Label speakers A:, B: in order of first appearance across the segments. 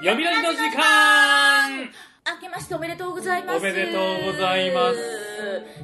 A: やみらじの時間
B: 明けましておめでとうございます
A: おめでとうございます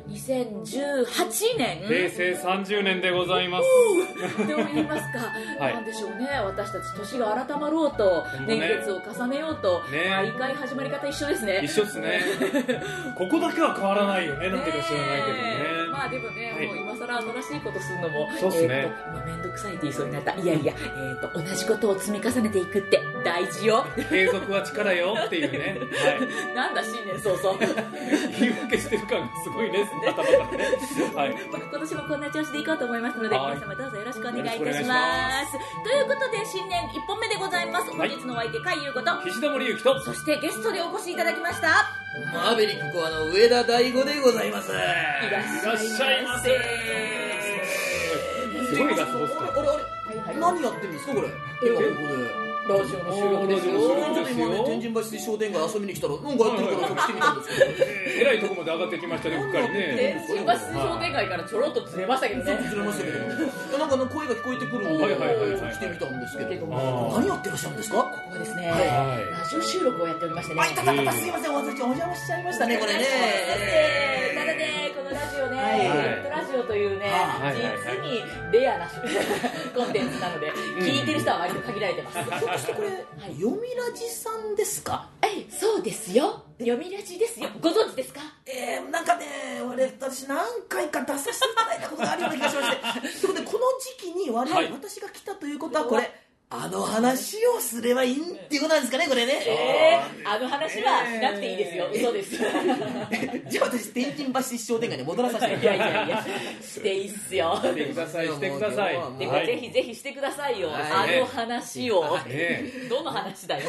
B: 2018年
A: 平成30年でございます
B: って言いますか、
A: はい
B: なんでしょうね私たち年が改まろうと
A: ほんとね
B: 年月を重ねようと、
A: ね
B: 毎回始まり方一緒ですね
A: 一緒っすね ここだけは変わらないよねなんていうか知らないけど
B: え
A: ね
B: まあでもね、
A: はい
B: もう今更新しいことするのも
A: そうっすね
B: えーと今めんどくさいって言いそうになったいやいや、えー、と同じことを積み重ねていくって大事よ
A: 継続は力よっていう ね、は
B: なんだ新年早々
A: い、言い訳してる感がすごい ね頭からね、はい、
B: 今年もこんな調子でいこうと思いますので
A: はい
B: 皆様どうぞよろしくお願いいたし
A: よろしくお願い
B: ます
A: します
B: ということで新年1本目でございます本
A: はい
B: 日のお相手海優こと、
A: 岸田森ゆきと
B: そしてゲストでお越しいただきました
C: マーベリックコアの上田大吾でございます。
B: いらっ
A: いらっしゃいませすごいガスボス
C: あ
A: 感
C: れあれ、何やってるんですかこれ。今こ
B: ラジオの収録ですよ
C: こ
A: そ
C: で。
A: うなん
C: ちょっ
A: で
C: と
A: すよ
C: 今ね天神橋水商店街遊びに来たらなんかやってるからちょっと来てみたんですけど。
A: えらいとこまで上がってきましたねうっかりね
B: で新橋商店街からちょろっとずれましたけど
C: ちょっと
B: ね
C: ずれましたけど、なんかあの声が聞こえてくるの
A: はい
C: で
A: はいはいはい
C: ちょっと来てみたんですけど、
A: あー
C: 何やってらっしゃるんですか。
B: ここはですね、
A: はい
B: ラジオ収録をやっておりましてね、
C: あ、いたたたたすいません、私お邪魔しちゃいましたねこれね。
B: ただね、このラジオね、
C: はい
B: ネットラジオというね、
C: はい
B: 実にレアなコンテンツなので、聞いてる人は割と限られてます。
C: ひょっとしてこれ、読みラジさんですか。
B: えいそうですよ。読みラジですよ。 ご存知ですか
C: えー、なんかね俺私何回か出させていただいたことがあるような気がしましてということでこの時期に我々、
A: はい
C: 私が来たということはこれあの話をすればいいっていうことなんですかねこれね、
B: えー、あの話はしなくていいですよ。嘘です。い
C: じゃあ私天神橋一商店街に戻らさせていただ
B: やい
C: いて
B: やいや、していいっすよ。
A: してくださいしてください
C: もう
B: でも、
A: はい
B: ぜひぜひしてくださいよ。
C: はい
B: あの話を。
A: ね
B: どの話だよ。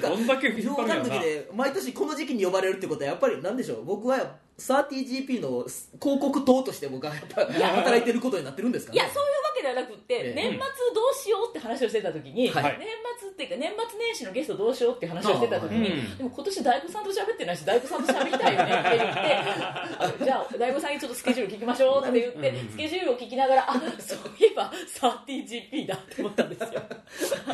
A: どんだけ引っ張
C: 評
A: る
C: 価
A: や
C: の
A: な
C: 時で毎年この時期に呼ばれるってことはやっぱりなんでしょう僕は 30GP の広告塔として僕はやっぱ働いてることになってるんですか
B: い
C: ね
B: やそういうわけではなくって、
C: ええ
B: 年末どうしようって話をしてた時に、
C: はい
B: 年末っていうか年末年始のゲストどうしようって話をしてた時に、
A: ああうん
B: でも今年大悟さんと喋ってないし大悟さんと喋りたいよねって言ってあ じゃあ大悟さんにちょっとスケジュール聞きましょうって言って、スケジュールを聞きながらあそういえば 30GP だって 思ったんですよ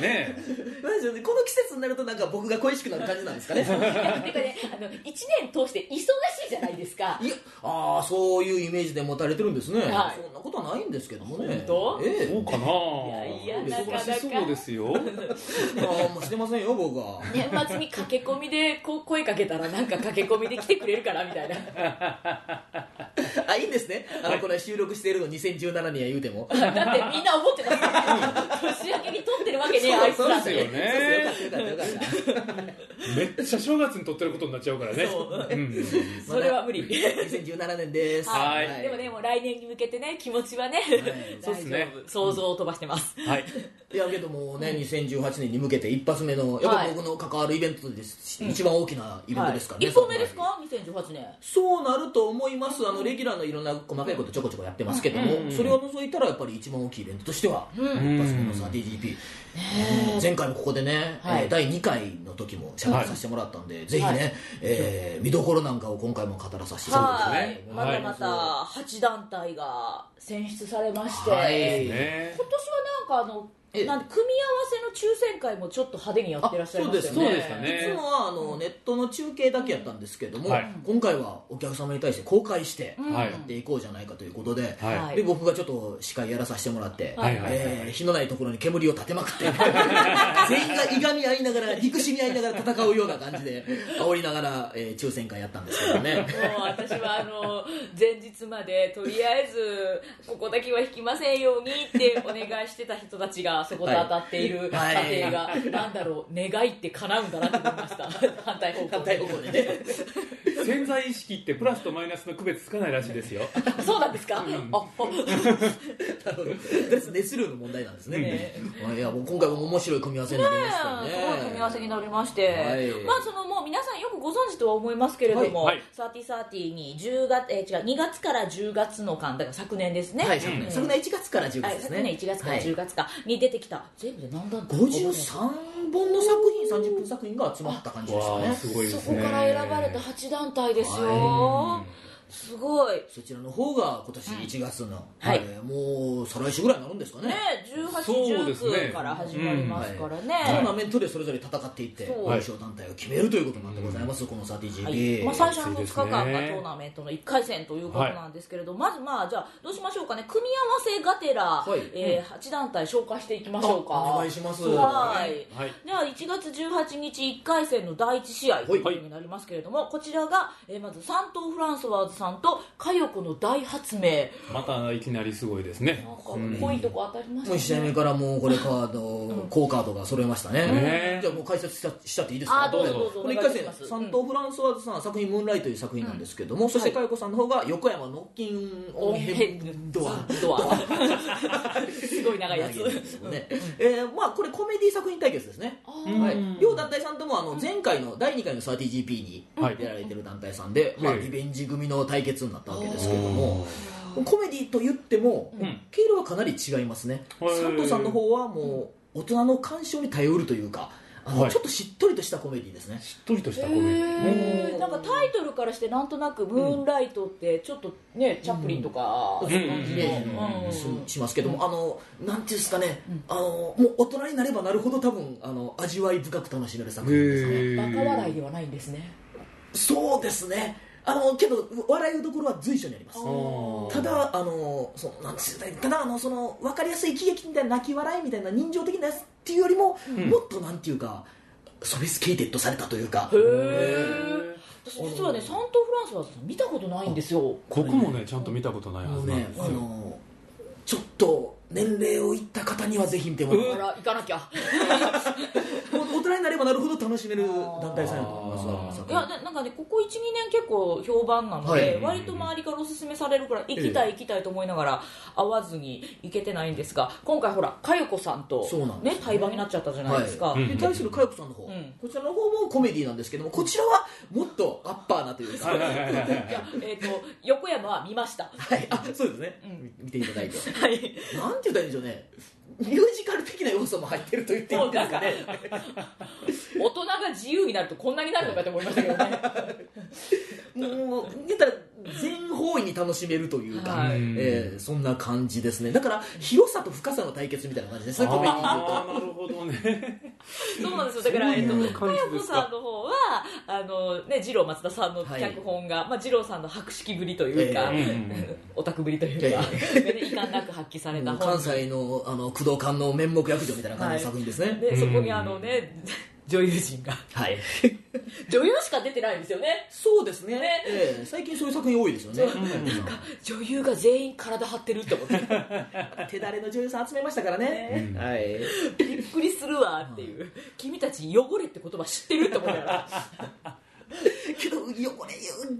A: ね
C: なんでしょうねこの季節になるとなんか僕が恋しくなる感じなんですかね
B: いやていうかねあの1年通して忙しいじゃないですか
C: いやああそういうイメージで持たれてるんですね、
B: はい
C: そんなことはないんですけどもね
B: 本当
C: え
A: そう
C: え
A: かない
B: やいやなかなか
A: 忙しそうです よ
C: あんましてませんよ僕は
B: 年末に駆け込みでこう声かけたらなんか駆け込みで来てくれるからみたい な
C: あいいんですねあの、これ収録しているの2017年や言うても
B: だってみんな思ってますよ年明けに撮ってるわけねえあいつら
A: そうですよね
C: そうですよよかったよかったよかっ
A: めっちゃ正月に撮ってることになっちゃうからねうん
C: た
B: それは無理
C: 2017年です
A: はい
B: でもねもう来年に向けてね気持ちはね、
A: そうっすね
B: 大丈夫想像を飛ばしてます、
A: はい
C: いやけどもね2018年に向けて一発目のやっぱ僕の関わるイベントですし、一番大きなイベントですからね、
B: 1本目ですか2018年
C: そうなると思いますあのレギュラーのいろんな細かいことちょこちょこやってますけども、それを除いたらやっぱり一番大きいイベントとしては、一発目の 30GP、前回もここでね、
B: はい
C: えー第2回の時もしゃべらさせてもらったんで、ぜひね、
B: はい
C: えー見どころなんかを今回も語らさせていただきた
B: はい
A: そう
B: い、
A: ですね
B: またまた8団体が選出されまして、
C: はい
A: ね
B: 今年はなんかあの
C: え
B: なん組み合わせの抽選会もちょっと派手にやってらっしゃいましたよね
A: そうでしたね
C: いつもはあのネットの中継だけやったんですけども、
A: はい
C: 今回はお客様に対して公開して
B: うん
A: は
C: やっていこうじゃないかということで、
A: はい
B: はい
C: で僕がちょっと司会やらさせてもらって、
B: はい
A: はいはい
C: えー火のないところに煙を立てまく って全員がいがみ合いながら憎しみ合いながら戦うような感じで煽りながら、えー抽選会やったんですけどね
B: もう私はあの 前日までとりあえずここだけは引きませんようにってお願いしてた人たちがそこと当たっている過
C: はい
B: 程が、なんだろう願いって叶うんだなって思いました反対方向
C: 反対方向でね
A: 潜在意識ってプラスとマイナスの区別つかないらしい ですよ
B: そうなんですか、ああ
C: なるほどです熱量の問題なんですね
B: ね
C: あいやもう今回も面白い組み合わせになりましたからね
B: すごい組み合わせになりまして、
C: はい
B: まあそのもう皆さんよくご存知とは思いますけれども、
A: はいはい
B: サーティサーティに10月えー違う2月から10月の間だから昨年ですね。
C: はい、昨年昨年1月から10
B: は
C: 月
B: い
C: です
B: 昨
C: ね、
B: 年1月から10
C: はい
B: 月かに出てきた、全部で何段だ
C: 53本の作品30分作品が集まった感じでした
A: わあ
C: ね
A: すごいで
B: そ
A: す
B: こ
A: ね
B: から選ばれた8団体ですよ、
C: は
A: う
B: すごい
C: そちらの方が今年1月の、
B: はい
C: えーもう再来週ぐらいになるんですかね
B: ね
D: そうですね
B: 1819から始まりますからね
C: トーナメントでそれぞれ戦っていって
B: そう
C: 優勝団体を決めるということなんでございます、この 30GP、
B: はいまあ、最初の2日間がト
D: 暑いですね
B: ーナメントの1回戦ということなんですけれど、まずまあじゃあどうしましょうかね組み合わせがてら、
C: はい
B: えー8団体紹介していきましょうか
C: あお願いします
B: はい
D: はい
B: じゃあ1月18日1回戦の第1試合ということになりますけれども、こちらが、えーまず三東フランソワーズさんと佳代子の大発明
D: またいきなりすごいですね
B: なんか濃いとこ当たりまし
C: もう1
B: た
C: 試合
B: ね、
C: 目からもうこれカード、好カードが揃えましたね、
D: ね
C: じゃあもう解説したしちゃっていいですか
B: あどうぞどうぞ
C: これ
B: お
C: 1
B: 願
C: 回
B: いし
C: 戦
B: ます
C: 三東フランソワーズさん作品「ムーンライト」という作品なんですけども、そして佳代子さんの方が横山ノッキンオンヘンドア
B: ドアすごい長いやつ
C: ねえーまあ、これコメディ作品対決ですね、はい、両団体さんともあの前回の第2回の 30GP に
D: はい
C: 出られてる団体さんで、まあ、
D: はい
C: リベンジ組の対決になったわけですけどもコメディと言っても、
D: ん
C: 毛色はかなり違いますね
D: へー
C: 佐藤さんの方はもう大人の鑑賞に頼るというかあの、
D: はい
C: ちょっとしっとりとしたコメディですね
D: しっとりとしたコメディ
B: へーなんかタイトルからしてなんとなく「ムーンライト」ってちょっとね、チャップリンとか、
C: うん
B: そういう感
C: イ
B: じ
C: メ
B: の、
C: ージ
B: うん
C: ししますけども、あのなんていうんですかね、あのもう大人になればなるほど多分あの味わい深く楽しめる作品ですね
D: へー
B: バカ笑いではないんですね
C: そうですねあのけど笑いどころは随所にあります
D: あー
C: ただあのそのなんつうただあのその分かりやすい喜劇みたいな泣き笑いみたいな人情的なやつっていうよりも、もっとなんていうかソフィスケーテッドされたというか
B: へえ私実はねサントフランスは見たことないんですよ
D: ここもねちゃんと見たことないは
C: もう
D: ずなん
C: ね
D: です
C: あ
D: よ
C: のちょっと年齢をいった方にはぜひ見てもらう
B: あら行かなきゃ
C: 大人になればなるほど楽しめる団体さんやと思いますわ
D: あー
C: 作
B: い
C: 品
B: やでなんかねここ12年結構評判なので、
C: はい
B: 割と周りからおすすめされるから行きたい行きたいと思いながら会わずに行けてないんですが今回ほら佳代子さんと
C: そうなんで
B: ね
C: すよ
B: 対バンになっちゃったじゃないですか、
C: は
D: うん
C: で対する佳代子さんの方、
B: ん
C: こちらの方もコメディなんですけどもこちらはもっとアッパーなというか
D: はいはいはいはいはい
B: いやえっ、と横山は見ました
C: はい、あそうですね、見ていただいて
B: はい
C: なんて言ったらいいんでしょうねミュージカル的な要素も入ってると言っていいんですかね
B: 大人が自由になるとこんなになるのかと思いましたけど ね
C: もう言ったら全方位に楽しめるというか、
B: はい
C: えーそんな感じですねだから広さと深さの対決みたいな感じですねコメディで言うと
D: あーなるほど ね
B: そうなんですよだから、えっと、
D: そういう
B: か
D: 感じ
B: やこ
D: ですか
B: さんの方はあの、ね、二郎松田さんの脚本が、まあ、二郎さんの博識ぶりというか、
C: え
D: えうんうんうん
B: オタクぶりというか、
C: え
B: でね遺憾なく発揮された
C: もう
B: 本
C: 関西のあの工藤館の面目役女みたいな感じの作品ですね、
B: でそこにあのね 女優陣が
C: はい
B: 女優しか出てないんですよね
C: そうですね
B: ね
C: ええ最近そういう作品多いですよね、
B: 女優が全員体張ってるって思って
C: 手だれの女優さん集めましたからね、はい
B: びっくりするわっていう君たち汚れって言葉知ってるって思ったら
C: けど汚れ言う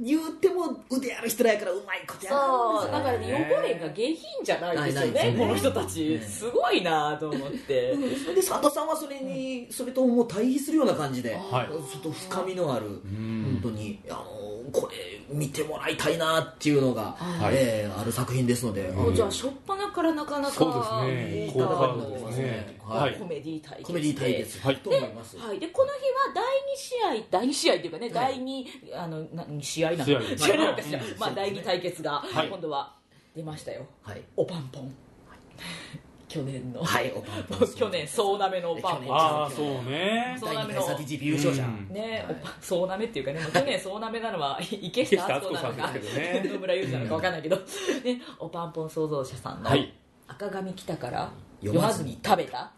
C: 言うても腕ある人らやからうまいことやるんで
B: そ
C: す
B: う
C: よ
B: だからね汚れが下品じゃないですよ
C: ないない
B: ね
C: ですね
B: この人たち
C: ね
B: すごいなと思って
C: そ れで佐藤さんはそれに、それともう対比するような感じで、
D: はい
C: ちょっと深みのある、本当にあのこれ見てもらいたいなっていうのが、
D: い
C: えーある作品ですので、
B: もうじゃあ初っ端からなかなか
D: そうですね
B: いい
D: 効
B: な
D: 果
B: と
D: 音
B: 思
D: で
B: い
D: す
B: ます
D: ね
C: は
D: はいい
B: コメディ対決
C: コメディ対決
D: はい
C: と思います。
B: はい、でこの日は第2試合第2試合っていうかね、第2あのな試合なの
D: 試合です
B: 試合なのかしら、まあ、
C: そうですね
B: 第2対決が、
D: い
B: 今度は出ましたよ
C: はい、
B: おパンポン去年の、
C: はい、おパンポンで す
B: 去年総なめのおパン
C: 去
B: ポ
C: 年
B: ン
D: ああそうね
B: そうな
C: 第
B: め
C: 2
B: の
C: 回サティ GP 優勝者、
D: うん
B: ね、
C: はい
B: おぱ そうなめっていうかね、もう去年そうなめなのは 池下敦子なの
D: 池下敦子さ
B: か、
D: んですけどね
B: 野村祐二なのかわかんないけど、ね、おパンポン創造者さんの
D: はい
B: 赤髪来たから読
C: 読
B: ま
C: ま
B: ず
C: ず
B: に
C: に
B: 食べた、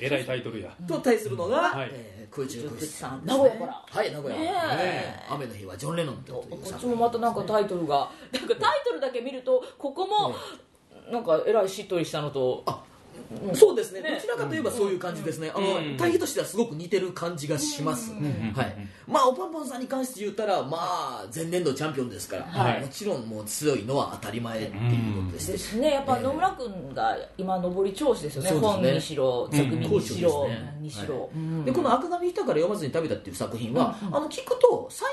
D: えらいタイトルや
C: と対するのが、
D: はい
C: えー空中物質さん、
B: 名古屋から
C: はい名古屋から、
B: ねえ
C: ねえ雨の日はジョン・レノンと
B: こ
C: いう
B: っちもまたなんかタイトルが、なんかタイトルだけ見ると、ここもなんかえらいしっとりしたのと、
C: そうですね
B: ね
C: どちらかといえばそういう感じですね、あ
D: うん
C: の対比としてはすごく似てる感じがします、はいまあおぱんぽんさんに関して言ったらまあ前年度チャンピオンですから、
D: はい
C: もちろんもう強いのは当たり前っていうことでして、
B: ですね、やっぱ野村君が今、上り調子ですよね、
C: そうですね
B: 本にしろ、作品にしろ、何にしろ
C: は。いでこの「赤髪ひたから読まずに食べた」っていう作品は、あの聞くと再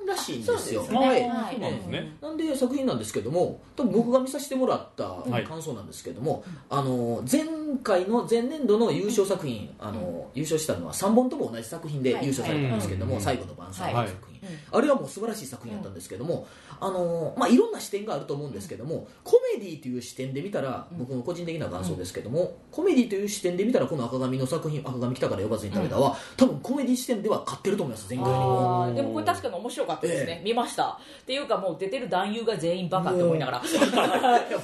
C: 演らしいんですよ
B: そうですね
C: はい
B: はい
D: そうなんですね
C: なんで作品なんですけども多分僕が見させてもらった
D: はい
C: 感想なんですけども、あの前回の前年度の優勝作品、あの優勝したのは3本とも同じ作品で優勝されたんですけども、
D: はい
C: 最後の晩餐の作品、あれはもう素晴らしい作品だったんですけども、あのーまあ、いろんな視点があると思うんですけどもコメディという視点で見たら僕の個人的な感想ですけども、コメディという視点で見たらこの赤髪の作品「赤髪来たから呼ばずに食べたは」多分コメディ視点では勝ってると思います前回にも。
B: あーでもこれ確かに面白かったですね、見ましたっていうかもう出てる男優が全員バカって思いながら、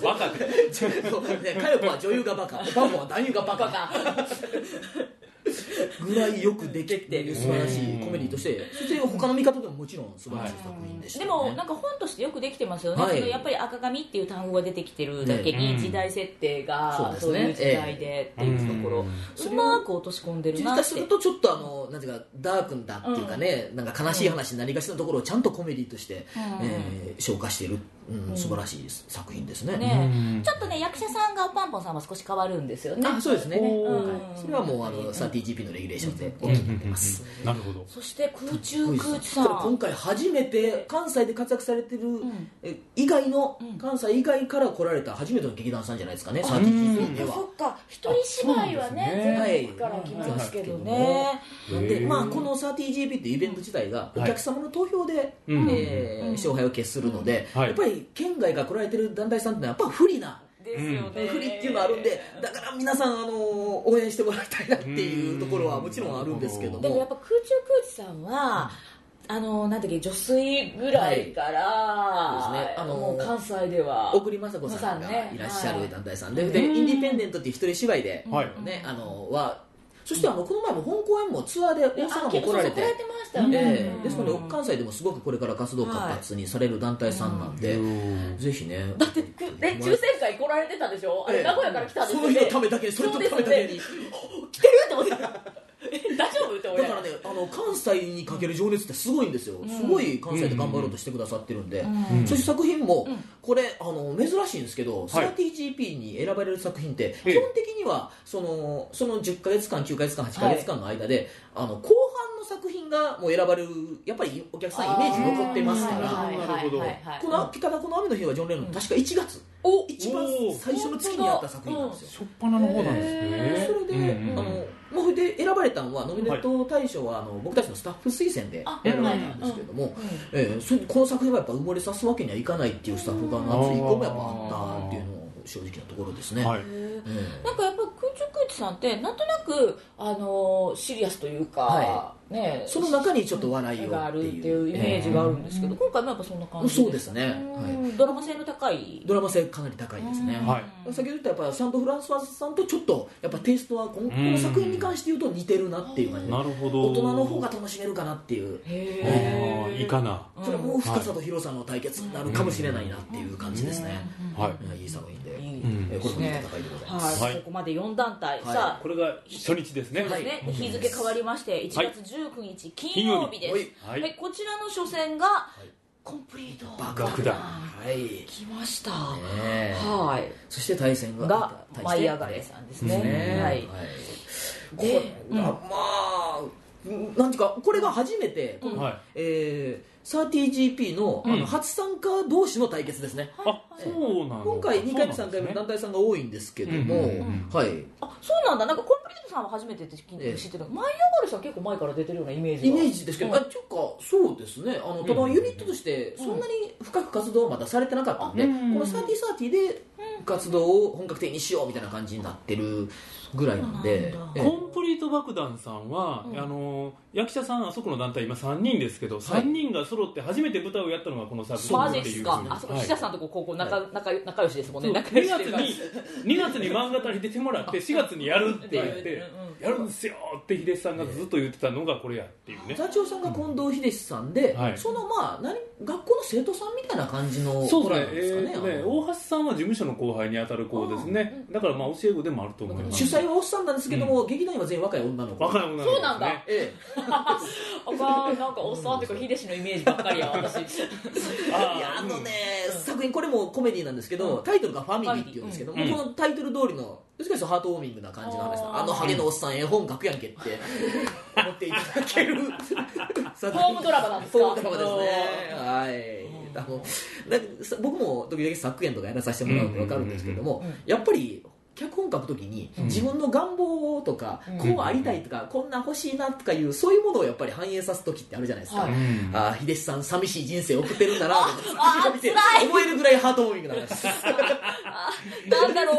C: バカで。ね、佳代子は女優がバカ、バンボは男優がバ
B: バ
C: カ
B: カ
C: ぐらいよくできてる素晴らしいコメディとして、そして他の見方でももちろん素晴らしい作品でした、
B: で
C: ね。
B: もなんか本としてよくできてますよね、
C: はい
B: そのやっぱり赤髪っていう単語が出てきてるだけ
D: ね
B: に時代設定が
C: そ
B: そうういう
C: ですね
B: 時代でっていうところ、
D: うん
B: うまく落とし込んでる
C: 実
B: な
C: 際
B: っ
C: す
B: て
C: るとちょっとあのなんていうかダークだっていうかね、なんか悲しい話になりがちなところをちゃんとコメディとして、
B: うん
C: えー消化している、うん、素晴らしい作品ですね。
B: ね
D: うん
B: ちょっとね役者さんがパンポンさんは少し変わるんですよね
C: あそうですね、
D: お
B: ー
C: はいそれはもうあの 30GP のレギュレーションで大きくなってます、
D: なるほど
B: そして空中空地さん
C: これ今回初めて関西で活躍されてる
B: ん
C: え以外の
B: ん
C: 関西以外から来られた初めての劇団さんじゃないですかね
B: あ
C: サーティーで
B: そっかそ
C: は。
B: っか一人芝居は
D: あそうなんです
B: ね
D: ね
B: 全国から来ますけど
C: はいはいはい
B: ね
C: なん
D: へ
C: で
D: ー
C: まあ、この 30GP っていうイベント自体がお客様の投票で、
D: うん
C: えー勝敗を決するので、
D: うんはい
C: やっぱり県外から来られてる団体さんってのはやっぱ不利な
B: ですよね
C: 不利っていうのがあるんでだから皆さん、あのー応援してもらいたいなっていうところはもちろんあるんですけど
B: でもやっ
C: も
B: ぱ空中空地さんは、あのなんだっけ女水ぐらいから、
C: いそうですねあの
B: もう関西では
C: 小栗雅子さんがいらっしゃる団体さんで,、でインディペンデントっていう一人芝居で、
D: はい
C: ね、あのはそしてあのこの前も本公演もツアーで大
B: あ
C: 阪も
B: 結
C: 来
B: 構そう怒
C: られ
B: られ
C: て。
B: てましたよね、
C: え
B: う
C: え
B: ん
C: ですので関西でもすごくこれから活動活発にされる団体さんなんで、ぜひね
B: だってくね抽選会来られてたでしょあ
C: ええ
B: れ名古屋から来たんです
C: その
B: よ
C: 日
B: ね
C: のためだけにそれとためだけに
B: 来てるって思ってた え大丈夫って思い
C: だ
B: な
C: か
B: が
C: らねあの関西にかける情熱ってすごいんですよ、すごい関西で頑張ろうとしてくださってるんで、
D: うん
C: そして作品も、これあの珍しいんですけど、サーティ 30GP に選ばれる作品って基本的にはそのその10ヶ月間9ヶ月間8ヶ月間の間で、あの後半の作品がもう選ばれるやっぱりお客さんイメージ残ってますから、
B: はいはいはいはいはい
C: このピカタコの雨の日はジョン・レノン、確か1月
B: お
C: 一番最初の月にやった作品なんですよ、
D: 初っ端の方なんですね
C: それで、
D: うんうん
C: あのまあ、それで選ばれたのはノミネート大賞は、あの僕たちのスタッフ推薦で
B: あ
C: 選ばれたんですけども、ええそれでこの作品はやっぱ埋もれさすわけにはいかないっていうスタッフが夏以降もやっぱあったっていうのが正直なところですね、
D: はい
C: ええ
B: なんかやっぱ空中空地さんってなんとなくあのシリアスというか、
C: は
B: ね
C: その中にちょっと笑いを
B: があるっ
C: っててい
B: いう
C: う
B: イメージがあるんですけど、今回もやっぱそんな感じ
C: そうです
B: す
C: ね、は
B: ドラマ性の高い
C: い、ドラマ性かなり高いですね、
D: はい
C: 先ほど言ったやっぱサンド・フランスワさんとちょっとやっぱテイストはこのこの作品に関して言うと似てるなっていう感じで
D: なるほど
C: 大人の方が楽しめるかなっていう
D: あーいいかな
C: それも深さと広さの対決になるかもしれないなっていう感じですね、
D: はい
C: うんいい作品で、
B: いい
C: えーこれもいい戦いでございます、
B: はい、
D: はい
B: ここまで4団体、
C: はい
B: さあ
D: これが初日ですね
B: そうですね、
C: はい
B: 日付変わりまして1
D: はい
B: 月19日金曜日です、
D: はい
B: でこちらの初戦が、コンプリート
C: 爆
D: 弾
C: はい、ね
B: きました、
C: え
B: はい
C: そして対戦が
B: が
C: 対して
B: 舞い上がれさんですね
C: ねえ
B: は
C: はいい、こ
B: で
C: れが、まあうんなんていうかこれが初めて、この
D: はい
C: えー、30GP の,、あ
D: うん
C: の初参加同士の対決ですね、
D: あそうなの
C: 今回2回目3回目の
D: そうなん
C: 団
D: で
C: 体さんが多いんですけども、
D: うんうんうん
C: はい
B: あそうなんだなんかコンプリートさんは初めてって聞い
C: え
B: て
C: え
B: 知ってた舞い上がれさん結構前から出てるようなイメージ
C: イ
B: が
C: メージですけど、
B: うん
C: あっていうかそうですねあのただユニットとしてそんなに深く活動はまだされてなかったんで、
D: うん
C: この「サーティサーティで活動を本格的にしようみたいな感じになってるぐらいなんで
B: そうなん
C: え
B: だ
C: え
D: コンプリート爆弾さんは、あの役者さんあそこの団体今3人ですけど、三3人が揃って初めて舞台をやったのがこの作品
B: マ
D: って
B: ジ
D: い
B: っ
D: う
B: すかあそこ
D: はい
B: 岸田さんとこ高校仲,、仲仲良しですもん
D: そ
B: ね
D: う
B: 仲良
D: 2
B: し
D: 月
B: というか
D: に2月に漫画たり出てもらって4月にやるって言っ
B: って
D: て
B: いううん
D: やるんですよって秀さんがずっと言ってたのがこれやっていうね
C: 座長さんが近藤秀志さんで、
D: はい
C: そのまあ何学校の生徒さんみたいな感じの
D: そう
C: 子ら
D: で
C: な
D: す
C: ん
D: ね,、え
C: ですか
D: ー
C: ね,あ
D: と
C: の、
D: ね大橋さんは事務所の後輩に当たる子ですねだからまあ教え子でもあると思います
C: 主催はおっさんなんですけども、劇団員は全員若い女の子
D: 若い女の子です、ね、
B: そうなんだ
C: え
B: あかんなんかおっさんっていうか秀氏のイメージばっかりや私
C: え、いや
D: あ
C: あ
D: ー
C: のね、作品これもコメディなんですけど、タイトルが「ファミリー」っていうんですけど、
D: ん
C: もうこのタイトル通りのどっちかというとハートウォーミングな感じの話
B: あ
C: だ
B: ー
C: あのハゲのおっさん絵本書くやんけって思っていただ ける作
B: ホームドラマなんですか
C: ホームドラマですねはいあのなんかさ僕も時々作演とかやらさせてもらうと分かるんですけども、やっぱりキ脚本書くときに
D: うん
C: 自分の願望とか、
B: うん
C: こうありたいとか、こんな欲しいなとかいうそういうものをやっぱり反映さすときってあるじゃないですか、
B: はい
D: うん
C: ああ秀さん寂しい人生送ってるんだなって
B: あ
C: 見て思えるぐらいハートウォーミングな話です
B: なんだろう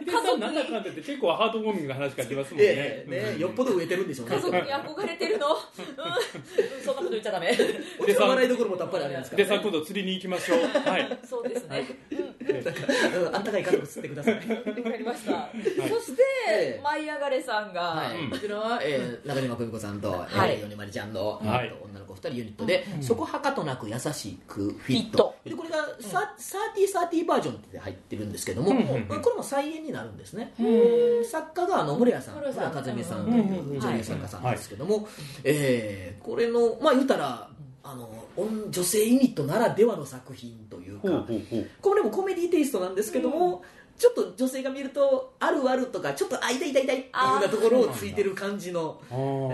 D: ヒデ
B: 家
D: さん
B: 族
D: なんだ
B: に
D: かんだって結構ハートウォーミングな話からきますもんね
C: で、ね、よっぽど植えてるんでしょうね
B: 家族に憧れてるの、うん、そんなこと言っちゃダメ
C: お茶笑いどころもたっぷりあるんですか
D: で
C: ら、
D: さん今度釣りに行きまし ょうはい
B: そうですね
C: うんあったかい家族吸ってください
B: わかりました、
D: い
B: そして、
C: ええ
B: 舞い上がれさんが、
C: はい、こちらは、えー、中島久美子さんと、え
B: はい
C: ー、米丸ちゃんの、
D: はい
C: えーと女の子2人ユニットで、そこはかとなく優しくフィッ
B: フィッ
C: ト
B: ト
C: でこれがサーティーバージョンって入ってるんですけども、
D: うんうんうん
C: これも再演になるんですね、
B: へ
C: 作家があの室谷さん
B: 室谷
C: 室
B: さん
C: 谷和美さんという女優作家さんなんですけども、えーこれのまあ言うたらあの女女性ユニットならではの作品という
D: ほ
C: か、
D: うほうほう
C: これもコメディテイストなんですけども、ちょっと女性が見るとあるあるとかちょっとあ痛い痛い痛いっていうようなところをついてる感じの
D: あー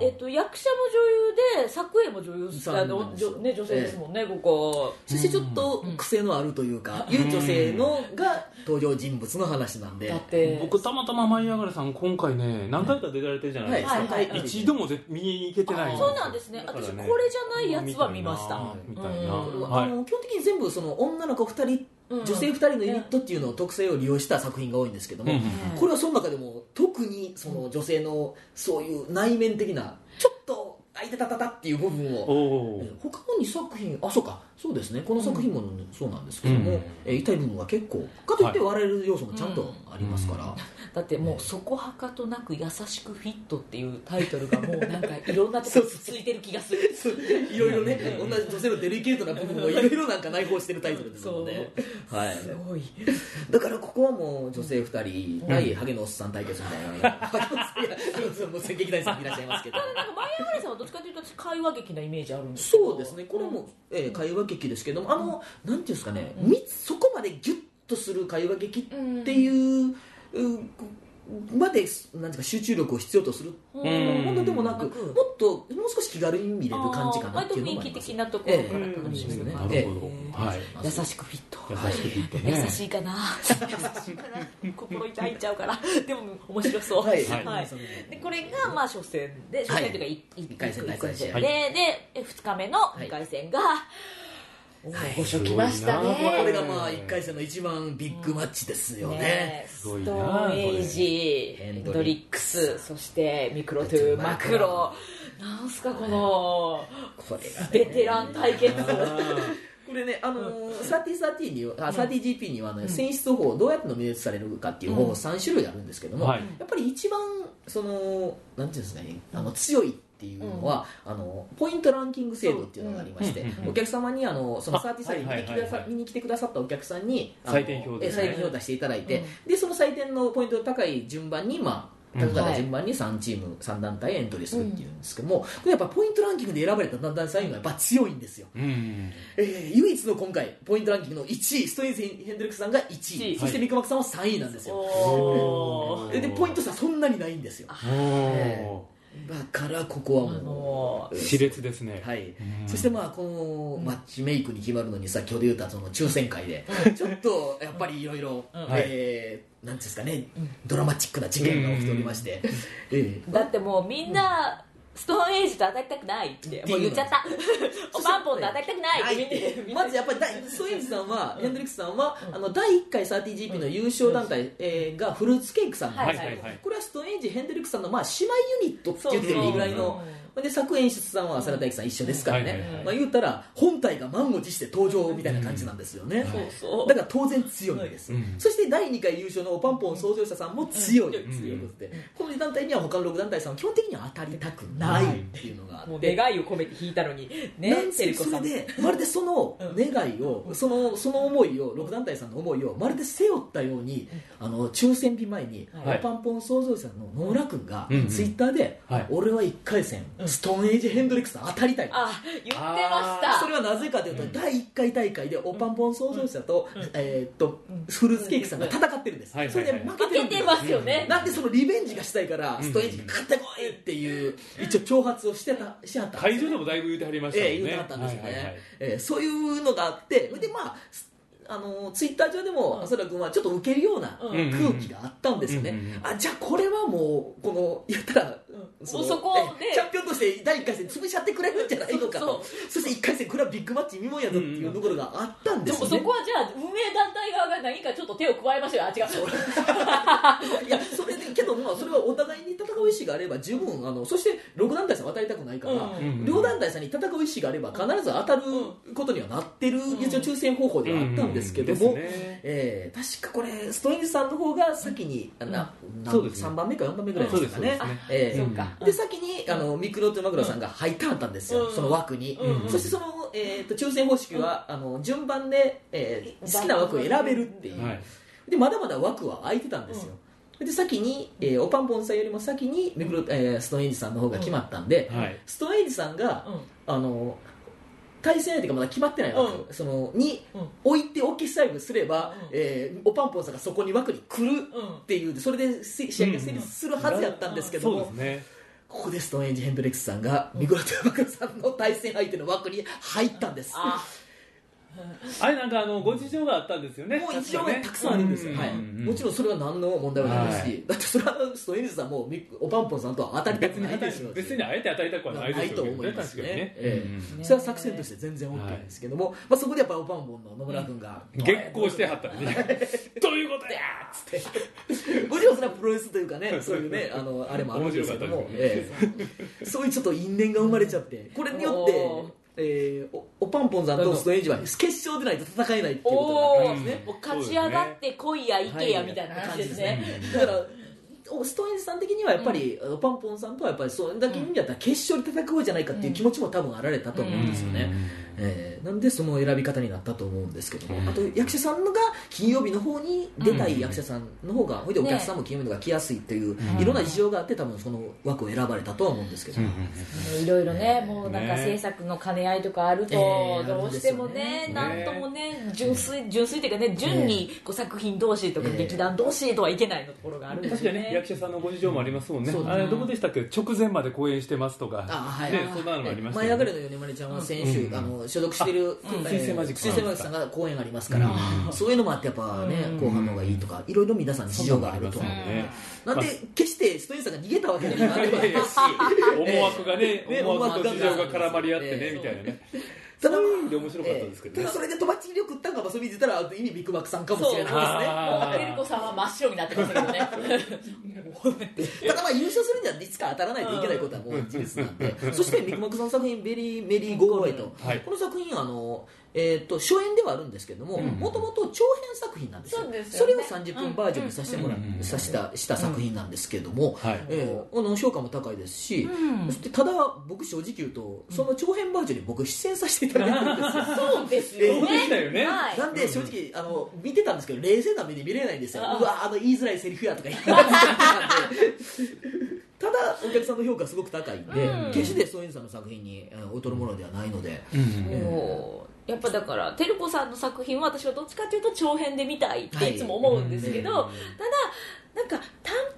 B: でえっと、役者も女優で作絵も女優
C: そう
B: あ
C: なん
B: の
C: です
B: じ
C: よ
B: ょ、ね、女性ですもんね、ここ
C: そしてちょっと癖のあるというか、いう女性のが登場人物の話なんで、
B: だって
D: 僕たまたま舞い上がれさん今回ね何回か出られてるじゃない
C: は
D: で
C: い、
D: す
B: は
D: か、
B: い
C: 3回見て
D: 一度もぜ見に行けてない
B: あそうなんですね
D: だから
B: 私これじゃないやつは見ました
D: 見たいなみたいな、
B: うん
C: あ
D: はい
C: の基本的に全部その女の子2人、
B: うん
C: 女性2人のユニットっていうのを特性を利用した作品が多いんですけども、
D: うん
C: これはその中でも特にその女性のそういう内面的なちょっとあいたたたたっていう部分を
D: おー
C: 他の2作品あそうかそうですねこの作品もそうなんですけども、
D: うん
C: えー痛い部分は結構かといって
D: は
C: 笑える要素もちゃんとありますから、
B: だってもう「そこはかとなく優しくフィット」っていうタイトルがもうなんかいろんなところついてる気がする
C: そう いろいろね同じ女性のデリケートな部分をいろいろなんか内包してるタイトルですので、はい、
B: すごい
C: だからここはもう女性2人対ハゲのおっさん対決みたいな、 ハゲのおっさんいやそうもう戦劇大さんいらっしゃいますけど
B: なんか舞い上がれさんはどっちかというと私会話劇なイメージあるんですけど
C: そうですねこれも、えー会話劇ですけどもあのなんていうんですかね、みそこまでギュッとする会話劇っていう、うんまでなんていうか集中力を必要とする
B: うん
D: うん
C: ものでもなく、
B: うん
C: もっともう少し気軽に見れる感じかなっていうの
B: あー割と
C: もあり
B: 雰
C: ま
B: 囲気
C: す
B: 的なところから楽しめる
C: ええ
D: な
B: 感
C: 楽
B: じ
C: し
D: るほど、はい
B: 優しくフィット
D: 優しくフィットね
B: 優しいかな優しいかな 心痛いちゃうからでも面白そう
C: はい
B: はいでこれがまあ初戦で初戦というか1
C: 一回戦第三試
B: で
C: 合
B: で2日目の2回戦が大御所来ました
D: すごいな
C: こ
B: ね
C: れがまあ1回戦の一番ビッグマッチですよね
B: ね
D: す
B: ス
D: ご
B: ト
D: いな
B: ーンエイジ
C: こ
B: ヘ
C: れ
B: ンドリックスそしてミクロトゥーマクロなんすかこの
C: これが
B: ベテラン対決
C: これね、あのー、3030には、あ 30GP には、ね、選出方法をどうやってノミネートされるかっていう方法3種類あるんですけども、
D: はい
C: やっぱり一番、その、なんていうんですかね、あの強いっていうのは、あのポイントランキング制度っていうのがありまして、
D: うんうんうん
C: お客様にあのその
D: あ
C: 3030に
D: はい
C: 来
D: はいはい
C: てくだ
D: は
C: さ
D: い
C: 見に来てくださったお客さんにあの
D: 採点表
C: え
D: ですね
C: 採点表を出していただいて、でその採点のポイント高い順番にま
D: う
C: あ
D: ん
C: 高かった順番に3チーム3団体エントリーするっていうんですけども、これやっぱポイントランキングで選ばれた団体3位がやっぱ強いんですよ
D: うん
C: えー唯一の今回ポイントランキングの1位ストーンズ・ヘンドリックスさんが1
B: 一
C: 位
B: 位
C: そしてミクマクさんは3位なんですよ、
B: おー
D: ー
C: ででポイント差そんなにないんですよ
D: おー
C: だからここは
B: あ
C: も
B: の
C: う
D: 熾烈ですね、
C: はい
D: うん
C: そしてまあこのマッチメイクに決まるのに先ほど言ったその抽選会でちょっとやっぱりいろいろ
B: うん
C: えーなんていうんですかねドラマチックな事件が起きておりましてえー
B: だってもうみんな、ストーンエイジと当たりたくないってもう言っちゃった おパンポンと当たりたくないってみんなみんな
C: まずやっぱり大ストーンズさんはヘンドリックスさんはあの第1回 30GP の優勝団体えーがフルーツケークさんなんですけ
D: は
C: ど
D: いはいはい
C: これはストーンエイジヘンドリックスさんのまあ姉妹ユニットって言ってもいいぐらいので作演出さんは浅田大樹さん一緒ですから
D: はいはい
C: ね
D: はい
C: まあ言うたら本体が満を持して登場みたいな感じなんですよね
B: そうそう
C: だから当然強いんです、
D: うん
C: そして第2回優勝のおパンポン創業者さんも強いと
B: うん
C: いうことで、この団体には他の6団体さんは基本的には当たりたくないっていうのがあ
B: もう
C: って。
B: 願いを込めて弾いたのにね
C: なん
B: て
C: せ
B: るこ
C: そ
B: さ
C: れ
B: ん
C: でまるでその願いをそのその思いを6団体さんの思いをまるで背負ったようにあの抽選日前に
B: はい
C: おパンポン創造者の野村君が
D: うん
C: ツイッターで
D: はい
C: 「俺は1回戦ストーンエイジ・ヘンドリックス当たりたい」
B: あ言ってました
C: それはなぜかというと、第1回大会でオパンポン創造者と,、えーっとフルーツケーキさんが戦ってるんです、
D: はいはい
C: そ
D: は
C: れ
D: い
C: で負けてる
B: 負
C: ん
B: けて
C: です
B: ますよね
C: なんでそのリベンジがしたいから、
D: ん
C: ストレンジに勝ってこいっていう一応挑発をしてたしはったんです
D: 会場でもだいぶ言うてはりましたもん
C: え
D: ね、
C: え言うてはったんですよね、
D: はいはいはい
C: ええそういうのがあってでまああのツイッター上で
B: う
C: も
B: ん
C: 浅田君はちょっと受けるような
B: うん
D: うん
C: 空気があったんですよね、
D: うんうんうん
C: あじゃあこれはもうこの言ったら
B: うん
C: の
B: そこで
C: えチャンピオンとして第1回戦潰しちゃってくれるんじゃないのか
B: そう
C: とそして1回戦これはビッグマッチ見もんやぞっていうところがあったんで
B: ですも
C: よ
B: そ
C: ね、
B: こはじゃあ運営団体側が何かちょっと手を加えましょうよあ違う
C: いやそれでけどまあそれはお互いに戦う意思があれば十分あのそして6団体さん渡りたくないから、
B: うん
D: うん
C: 両団体さんに戦う意思があれば必ず当たることにはなってる、一応抽選方法ではあったんですけども、
D: うんうんですね
C: えー確かこれストレンジさんの方が先に、あなな
D: そうですね
C: 3番目か4番目ぐらいですかね
D: そうですね。
C: えー
B: そうか
C: で先にあのミクロとマグロさんが入ったはったんですよ、
B: うん
C: その枠に、
B: うん
C: そしてその、えー、と抽選方式は、あの順番で、えー好きな枠を選べるっていう、
D: はい
C: でまだまだ枠は空いてたんですよ、で先に、えーおぱんぽんさんよりも先にミクロ、えーストーンエイジさんの方が決まったんで、
D: はい
C: ストーンエイジさんが、
B: うん
C: あの対戦相手がまだ決まってない枠、
B: う
C: そのに、
B: うん
C: 置いておきさえすれば、
B: うん
C: えーおぱんぽんさんがそこに枠に来る
B: うん
C: っていうそれでせ試合が成立するはずやったんですけども、
D: そうですね
C: ここでストーンエンジ・ヘンドリックスさんがミクロとマグロさんの対戦相手の枠に入ったんです、
B: あ
D: あれなんかあのご事情があったんですよね
C: もう一
D: 確
C: 応
D: かね
C: たくさんあるんですよ、
D: う
C: はい
D: うんうん
C: もちろんそれは何の問題もないですし、
D: は
C: だってそれはストーンエンジさんもミクおぱんぽんさんとは当たりた
D: 別
C: く
D: に
C: ない
D: 当た
C: で
D: り
C: しょうし
D: 別にあえて当たりたくはないで
C: ない
D: しょ
C: と
D: うけ
C: 思
D: どね
C: いま
D: 確
C: す
D: か
C: ね
D: にね
C: ええ
D: うん
C: それは作戦として全然 OK ですけども、まあ、そこでやっぱおぱんぼんの野村君が
D: 激高してはったねということやーっつって
C: もちろんそれはプロレスというかねそういうねあのあれもあるんですけども、
D: 面白か
C: ええそういうちょっと因縁が生まれちゃってこれによ
B: おー
C: ってえーおおぱんぽんさんとストレンジは決勝でないと戦えないっていう
B: お
C: ことになった
B: お
C: んですね
B: ーもう勝ち上がって来いや行けやみたいな話ですね、
C: だからおストレンジさん的にはやっぱり、おぱんぽんさんとはやっぱりそれだけ意味だったら決勝で戦おうじゃないかっていう気持ちも多分あられたと思うんですよね、えーなんでその選び方になったと思うんですけども、
D: うん
C: あと役者さんのが金曜日の方に出たい役者さんの方が、ほいでお客さんも金曜日の方が来やすいという、
D: ね
C: いろんな事情があって多分その枠を選ばれたとは思うんですけど、
B: ねいろいろねもうなんか
D: ね
B: 制作の兼ね合いとかあると、
C: ええ
B: どうしてもね
C: あるんですよ
B: なん
C: ね
B: ともね純粋純粋というかね順にこう作品同士とか
C: ええ
B: 劇団同士とはいけないのところがあるんです
D: 確か
B: よ
D: にね
B: ね
D: 役者さんのご事情もありますもんね
C: そうだ
D: あれどこでしたっけ直前まで公演してますとか
C: あはい、
D: ねそんなのもありました
C: 前
D: よ
C: 上が
D: ね
C: りの米丸ちゃんは先週、
D: うん
C: あの所属している、
D: ん水星マジックさん
C: 水星マジックさんが公演ありますから、そういうのもあってやっぱね、
B: うん
C: 後半の方がいいとかいろいろ皆さん事情があるとは思う、
D: ね
C: なんで、決してストインさんが逃げたわけではない
D: いや
C: ですし
D: 思惑がね
C: ね
D: 思惑と事情が絡まり合って
C: え
D: ね
C: え
D: みたいなね
C: ただ
D: そういう意味で面白かったですけどね
C: ええただそれでとばっちりを食ったんか遊びに出たら意味ビッグマックさんかもしれないですね
B: もうアクリル子さんは真っ白になってますけどね
C: ただまあ優勝するにはいつか当たらないといけないことはもう事実なんでそしてミクマクさんの作品「ベリー・メリー・ゴー・ウェイと」
D: はい
C: この作品はあの、えー、と初演ではあるんですけどももともと長編作品なんですよ
B: そうです
C: そ
B: よね
C: れを30分バージョンにさせてもらっ
D: うん
C: さしたした作品なんですけども、
D: はい
C: えーあの評価も高いですし、そしてただ僕正直言うとその長編バージョンに僕出演させていただいてるんですよ
B: そうですよ
D: そうでした
B: ね
D: よね
B: はい
C: なんで正直あの見てたんですけど冷静な目で見れないんですよ、う
B: ああ
C: わあの言いづらいセリフやとか 言ってたんでただお客さんの評価すごく高いんで、
B: うん
C: 決してソインさんの作品にうん劣るものではないので、
D: うん
B: もうやっぱだからテル子さんの作品は私はどっちかというと長編で見たいっていつも思うんですけど、
D: はい
B: ただなんか短編に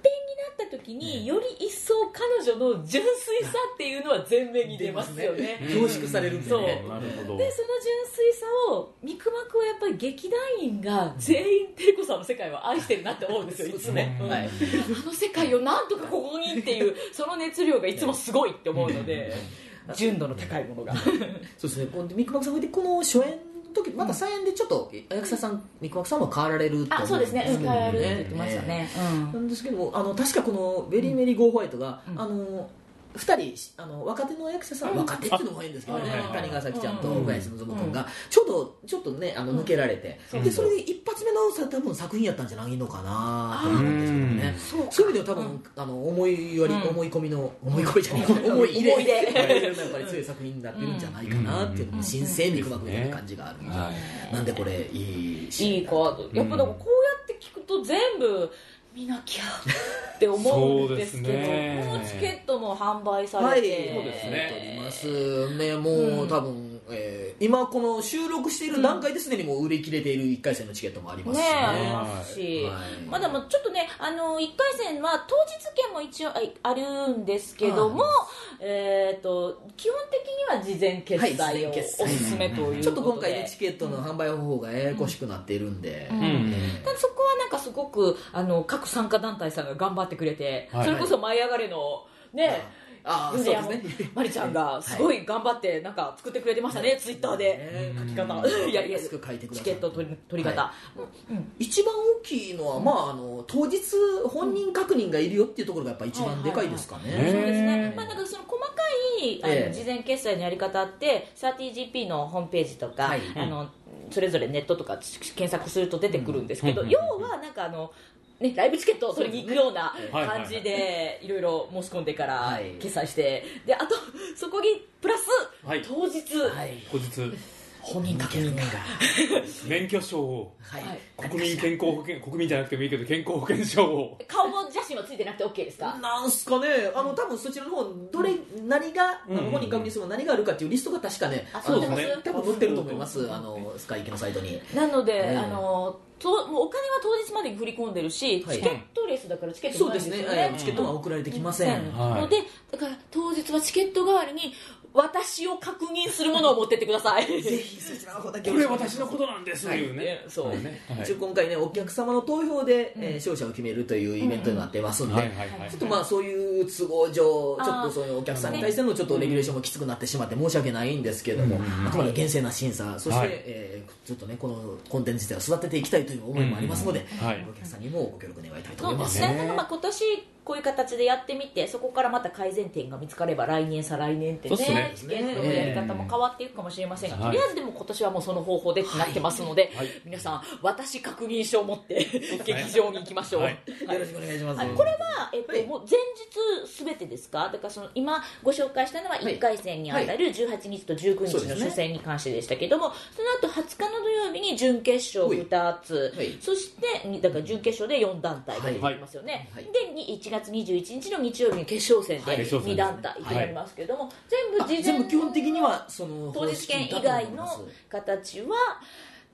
B: なった時により一層彼女の純粋さっていうのは前面に出ますよね。
C: 凝縮されるんで
B: そう
C: ね
D: なるほど
B: でその純粋さをミクマクはやっぱり劇団員が全員テル子さんの世界を愛してるなって思うんですよいつも、うん
C: はい
B: あの世界をなんとかここにっていうその熱量がいつもすごいって思うので純度の高いものが
C: そうですねこのミクマクさんほいでこの初演の時また再演でちょっと役者さんミクマクさんも変わられると思んけどなんですけどもあの確かこの「ベリーメリー・ゴー・ホワイトが」あの2人あの若手の役者さん、若手っていうのも変ですけどね
D: あはいはいはい
C: 谷川咲ちゃんと
B: うん
C: 小林望君がちょうどちょっとねあの抜けられて、でそれで一発目のさ多分作品やったんじゃないのかなと思うんですけどねそういう意味では多分、あの思いより、
B: うん
C: 思い込みの思い込みじゃない思い入れ
B: 思い入れ
C: やっぱり強い作品になってるんじゃないかなっていうの
B: うん
C: も新鮮にうまくみたいな感じがあるんで、
D: は
C: なんでこれいいシーン
B: いいカードやっぱでもこうやって聞くと全部見なきゃって思うんですけど
D: そうですね
B: もうチケットも販売さ
C: は
B: れ
C: い、
B: て、
D: そうですね
C: 撮りますねもう、多分、えー今この収録している段階ですでにもう売り切れている1回戦のチケットもありますし
B: ね
C: ね
B: ありますし、
C: はい
B: まだまあちょっとねあの1回戦は当日券も一応ああるんですけども、
C: は
B: えー、と基本的には事前決済を
C: はい
B: お
C: 事前決済
B: すすめということで、
C: ちょっと今回ねチケットの販売方法がややこしくなっているんで、
B: うんただそこはなんかすごくあの各参加団体さんが頑張ってくれて、
D: はい
B: それこそ「舞い上がれの」ね
C: ああそう
B: 米
C: で
B: 山
C: すね
B: まりちゃんがすごい頑張ってなんか作ってくれてましたね、ツイッターで、
C: 書
B: き方いやいや
C: 安く書いてくださ
B: チ
C: い
B: ケット取り取り方、
C: は一番大きいのは、まあ、あの当日本人確認がいるよっていうところがやっぱ一番でかいですかね、
D: はいはいはい
B: そうです
D: へ
B: ね
D: ー、
B: まあ、なんかその細かいあの、
C: ええ
B: 事前決済のやり方って 30GP のホームページとか、
C: はい
B: あのそれぞれネットとか検索すると出てくるんですけど、
D: うん
B: 要はなんかあの、ね、ライブチケットを取りに行くような
C: そうです
D: ね
B: 感じでいろいろ申し込んでから
C: はい
B: 決済してであとそこにプラス
D: はい
B: 当日、
C: はい
D: 後日
C: 本人確認が
D: 免許証を
C: はい、
B: はい
D: 国民健康保 険国民じゃなくてもいいけど健康保険証を
B: 顔も写真もついてなくて OK ですか
C: なんすかねあの多分そちらの方どれ何が、
D: うん
C: あの本人確認するの何があるかっていうリストが確かね
B: あ
C: あの
B: そうですね
C: 多分載ってると思いますあのスカイキのサイトに
B: なので、
C: ええ
B: あのともうお金は当日までに振り込んでるし、
C: はい
B: チケットレスだからチケット
C: そう
B: もな
C: で
B: いん
C: す
B: で
C: ね
B: すよ
C: え
B: ね
C: えチケットは送られてきません、
D: はい
B: のでだから当日はチケット代わりに私を確認するものを持ってってください
C: ぜひそちらの方だけ
D: こ
C: よろ
D: れ私
C: しくお願いしま
D: の
C: す
D: ことなんですっていうね
B: そう
D: ねはい
C: 一応今回ねお客様の投票で、えー勝者を決めるというイベントになってますんで、
D: はいはいはい
C: ちょっとまあそういう都合上ちょ
B: あー
C: っとそういうお客さんに対してのちょっとレギュレーションもきつくなってしまって申し訳ないんですけれども、あくまで厳正な審査そして、
D: はい
C: えーちょっとねこのコンテンツ自体を育てていきたいという思いもありますので、
D: うんはい
C: お客さんにもご協力願いたいと
B: そ
C: 思いう
B: で
C: ますす。
B: ね
D: ね
B: なんかまあ今年こういう形でやってみてそこからまた改善点が見つかれば来年再来年ってね
D: そうっすね
B: チケットのやり方も変わっていくかもしれませんが、
D: はい
B: とりあえずでも今年はもうその方法でなってますので、
D: はい
B: 皆さん私確認書を持って劇場に行きましょう、
D: はい
C: よろしくお願いします。
B: はいこれは、えっと
C: はい
B: もう前日すべてですかだからその今ご紹介したのは
C: はい
B: 1回戦に当たる18日と19
C: そう
B: 日
C: で
B: の
C: すね
B: 初戦に関してでしたけども、その後20日の土曜日に準決勝2つ、
C: はい
B: そしてにだから準決勝で4団体が出てきますよね、
C: はい
B: でに1月21日の日曜日に決勝戦
D: はい
B: で
D: 決勝戦
B: 2団体になりますけども、全部
C: あ
B: 事前
C: 全部基本的にはその
B: 当日券以外の形は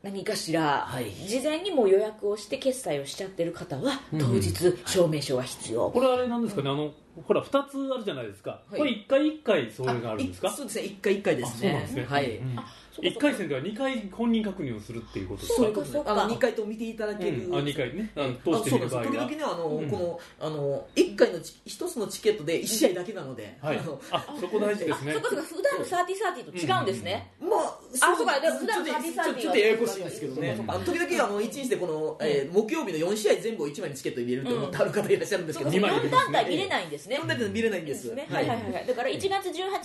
B: 何かしら、
C: はい
B: 事前にもう予約をして決済をしちゃってる方は
D: うん
B: 当日証明書が必要、
D: これあれなんですかねあのほら2つあるじゃないですか
C: はい
D: これ1回1回それがあるんです
C: い
D: か
C: そうですね一回一回です
D: そうなん
C: ね
D: ですね
C: はい、
D: うん
B: そうか
D: 一回戦では二回本人確認をするっていうことです
C: そう
D: か
C: いうことです
B: そ
C: ね
B: うかそうか
C: あの二回とも見ていただける、
D: うんあ二回ねあの
C: あ
D: 通して
C: そ
D: みる
C: うなんです
D: 場合
C: 時々
D: は
C: ねあの、
D: うん
C: このあの1回のチ一つのチケットで1試合だけなので、
D: はい
C: あの
D: あそこ大事ですね
B: そうかそうか普段のサーティサーティと違うんですね、
C: まあ、
B: あそうかでも普段
C: ちょっと
B: 旅先は
C: ちょっとややこしいんですけどね
D: そう、か
C: あの時々あの一日でこの、えー木曜日の4試合全部を1枚にチケット入れるって思ってある方いらっしゃるんです
B: そう
C: け
B: か
C: ど、
B: そう
D: 二
B: か
D: 枚入れ
B: 4
D: ますね
B: 段階見れないんですね
C: そんなやつ見れないんで
B: です
C: す。
B: ねはいはいはいはいだから1月18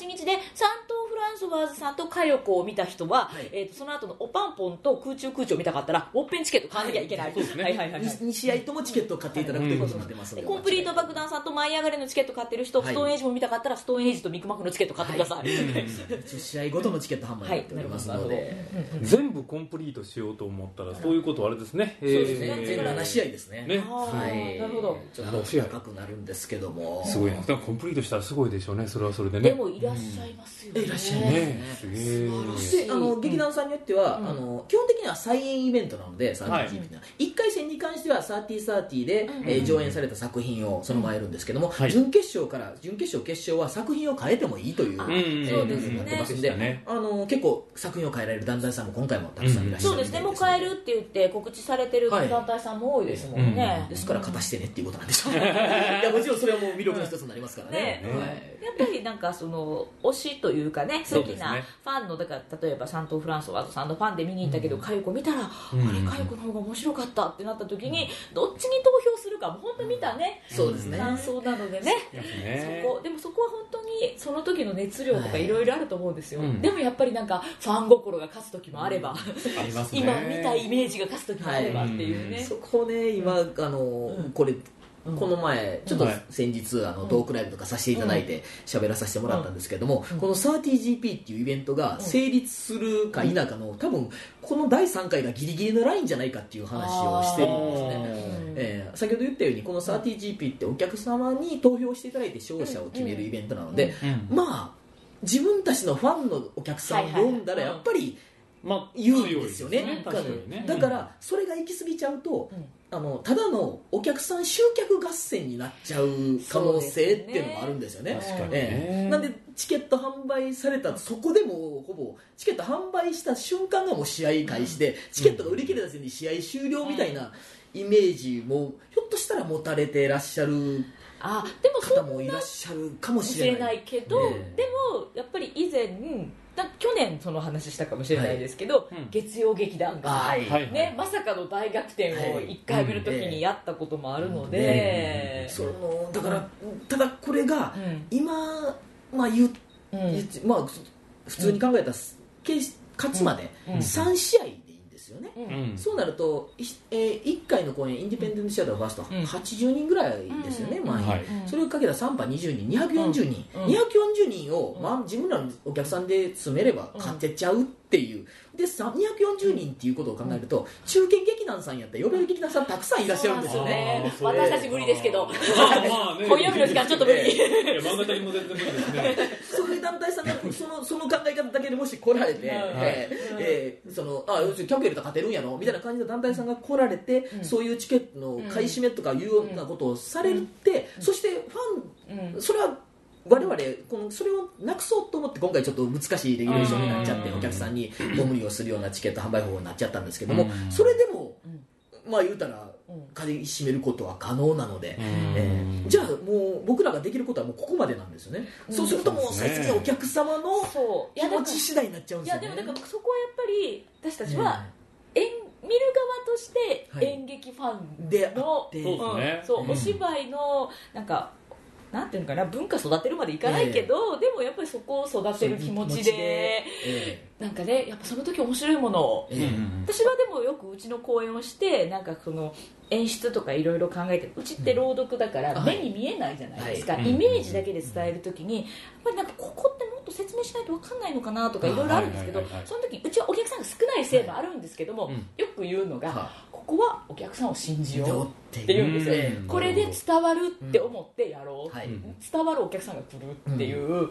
B: 日で三島フランソワーズさんとカヨコを見た人は、
C: はい
B: えーとその後のおパンポンと空中空調を見たかったらもっぺんチケット買わなきゃいけな
D: は
B: い、
D: いそうですね
B: はいはいはいはい
C: 2試合ともチケットを買っていただくということになってますの
B: で
C: で、
B: コンプリート爆弾さんと舞い上がれのチケット買ってる人、
C: はい
B: ストーンエイジも見たかったらストーンエイジとミクマクのチケット買ってください、
C: 10試合ごとのチケット販売になっておりますので、
B: はい
D: 全部コンプリートしようと思ったらそういうことはあれですねそう
B: ですね
C: 全7試合ですね。
D: ね
B: あー
C: はい、
B: なるほど
C: ちょっと高くなるんですけども、
D: すごいなでもコンプリートしたらすごいでしょうねそれはそれでね
B: でもいらっしゃいますよね、
C: いらっしゃいます
D: ねすげえ
C: であの劇団さんによっては、あの基本的には再演イベントなので、30
D: はい
C: イベントは1回戦に関しては3030で、えー上演された作品をそのままやるんですけども、
D: はい
C: 準決勝から準決勝決勝は作品を変えてもいいという、
B: あ
C: えー
B: そうですね
C: ルールになってますん
D: で
C: で、
D: したね
C: あの結構作品を変えられる団体さんも今回もたくさんいらっしゃ
B: そう
C: るみ
B: で
C: たい
B: すね、もう変えるって言って告知されてる
C: はい
B: 団体さんも多いですもんね。
D: うん
C: ですから勝たしてねっていうことなんでしょう いやもちろんそれはもう魅力の一つになりますからね
B: ねやっぱりなんかその推しというかね
D: そ
B: 好
D: うで
B: き
D: すね
B: なファンのだから例えばサントフランソワーズさんのファンで見に行ったけど佳代子見たらあ
D: ん
B: れ佳代子の方が面白かったってなった時にどっちに投票するかも本当見たね
C: そうですね
B: 感想なのでね
D: ね
B: そこでもそこは本当にその時の熱量とか
C: はい
B: いろいろあると思うんですよ、
D: うん
B: でもやっぱりなんかファン心が勝つ時もあれば、
D: ありますね
B: 今見たイメージが勝つ時もあればっていうね、
C: そこね今、あのこれこの前ちょっと
D: はい
C: 先日あのトークライブとかさせていただいて喋らさせてもらったんですけども、この 30GP っていうイベントが成立するか否かの多分この第3回がギリギリのラインじゃないかっていう話をしてるんですね。えー先ほど言ったようにこの 30GP ってお客様に投票していただいて勝者を決めるイベントなので、
D: うん
C: まあ自分たちのファンのお客さんを呼んだ
B: は
C: ら
B: いはいはい
C: やっぱり
D: まあ
C: 言うんですよね
D: 強いですね
C: だからそれが行き過ぎちゃうと、
B: うん
C: あのただのお客さん集客合戦になっちゃう可能性っていうのもあるんですよね
B: そうですね確かに
C: ええなんでチケット販売されたそこでもうほぼチケット販売した瞬間がもう試合開始で、チケットが売り切れた時に試合終了みたいなイメージもひょっとしたら持たれてらっしゃる
B: あでもそう
C: 方
B: か
C: もいらっしゃるかも
B: も
C: し
B: し
C: れ
B: れ
C: な
B: ないいけど、
C: ね
B: でもやっぱり以前だ去年その話したかもしれないですけど、
D: はいうん
B: 月曜劇団が、
C: はい
D: はい
B: ね、まさかの大逆転を1回目の時にやったこともあるので、
C: そのだからただこれが
B: うん
C: 今、まあ、言っ
B: うん
C: 言ってまあふ普通に考えたら、けし勝つまで
B: うんうん
C: 3試合でいいんですよね、
B: うん
D: うん
C: そうなると、いえー1回の公演インディペンデントシアターを出すと
B: ん
C: 80人ぐらいですよね、
B: うん
C: 満員、
D: はい
B: うん
C: それをかけた3波20人240人、
B: うんうん
C: 240人を、
B: うん
C: まあ、自分らのお客さんで詰めれば勝てちゃうっていうでさ240人っていうことを考えると、中堅劇団さんやったら夜劇団さんたくさんいらっしゃるんですよね
B: そうなんですよね私たち無理ですけど、
D: まあまあね
B: 本読みの時間ちょっと無理。
D: いや漫画隊も全然無理ですね
C: そういう団体さんがそのその考え方だけでもし来られて、
B: はい
C: えーえーそのあ要するにキャンプやると勝てるんやろみたいな感じの団体さんが来られて、
B: うん
C: そういうチケットの買い占めとかいうようなことをされて、そしてフ
B: うん
C: ァンそれは我々このそれをなくそうと思って今回ちょっと難しいレギュレーションになっちゃって
D: うん
C: お客さんにご無理をするようなチケット販売方法になっちゃったんですけども、
D: うん
C: それでも
B: うん
C: まあ言うたら
B: うん
C: 買い占めることは可能なので。 えー
D: じ
C: じゃあもう僕らができることはもうここまでなんですよね、
B: うん
C: そうするともう
D: そうで
C: 最
D: す
C: 終
D: ね
C: 的にお客様の
B: そうい
C: 気
B: やだ
C: 持
B: か
C: ち次第になっちゃうん
B: らい
C: で
B: や
C: すよね
B: でもだからそこはやっぱり私たちは
C: ね
B: 演見る側として
C: はい
B: 演劇ファン
C: であ
B: の、
C: って
D: そうですね
B: んそう
C: うん
B: お芝居のなんかなんていうのかな文化育てるまでいかないけど、でもやっぱりそこを育てる気持ち
C: そう
B: で
C: え
B: なんかねやっぱその時面白いものを
C: えええ
B: 私はでもよくうちの公演をしてなんかその演出とかいろいろ考えてうちって朗読だか
C: う
B: ら
C: ん
B: 目に見えないじゃないですか、
D: はい
B: イメージだけで伝えるときにやっぱりなんかここってもっと説明しないと分かんないのかなとかいろいろあるんですけど
D: はいはいはいはい
B: その時にうちはお客さんが少ないせいもあるんですけども、
D: はいうん
B: よく言うのが、
C: は
B: ここはお客さんを信じ
C: どう
B: よ
C: って
B: っていうん
D: ですよ
C: え
B: う
C: え
B: これで伝わるって思ってやろう、
C: はい
D: うん
B: 伝わるお客さんが来るっていう、でやっ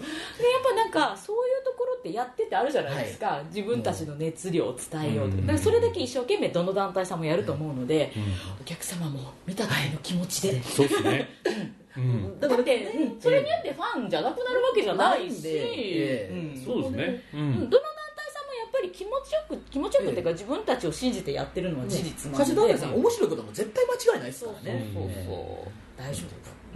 B: ぱなんかそういうところってやっててあるじゃないですか、自分たちの熱量を伝えようと、
D: うん
B: だからそれだけ一生懸命どの団体さんもやると思うので、お客様も見た時の気持ちで、
D: そうですねうん
C: だ
B: だ
C: から
B: って、うんそれによってファンじゃなくなるわけじゃないし、
C: ないんでええ
B: うん
D: そうですねう
B: うん
D: ん
B: どの団体さんもやっぱり気持ちよく気持ちよくっていうか、自分たちを信じてやってるのは事実な
C: 歌手
B: の
C: 団
B: で、
C: 体さん面白いことも絶対間違いないです
B: そ
C: か
B: う
C: ら
B: そう
C: ね
B: そう
C: え
B: そう大丈夫、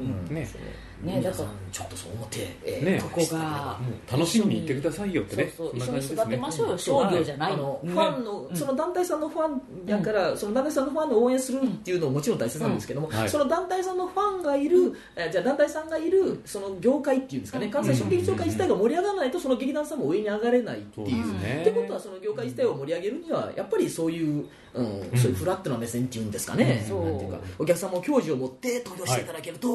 C: う
D: ね
C: ん
B: うんねだ
C: 皆
B: か
C: さ
B: ら
C: んちょっとそう思って、ええ
D: ね
B: ここが
D: もう楽しみに行ってくださいよってね
B: そうそ
D: そ
B: う
D: んな感じですね
B: 一緒に育てましょうよ商業じゃない
C: あ
B: の
C: の、ファンの
B: うん
C: その団体さんのファンだから、その団体さんのファンを応援するっていうのももちろん大切なんですけども、
D: うんはい
C: その団体さんのファンがいる、えーじゃあ団体さんがいるその業界っていうんですかね関西小劇場界自体が盛り上がらないとその劇団さんも上に上がれないって
D: そう
C: い
D: で
C: う。
D: すね
C: ってことはその業界自体を盛り上げるにはやっぱりそういう、うん
D: うん
C: そういうフラットな目線っていうんですかね、
B: そう
C: なんていうかお客さんも教授を持って投票していただけると、い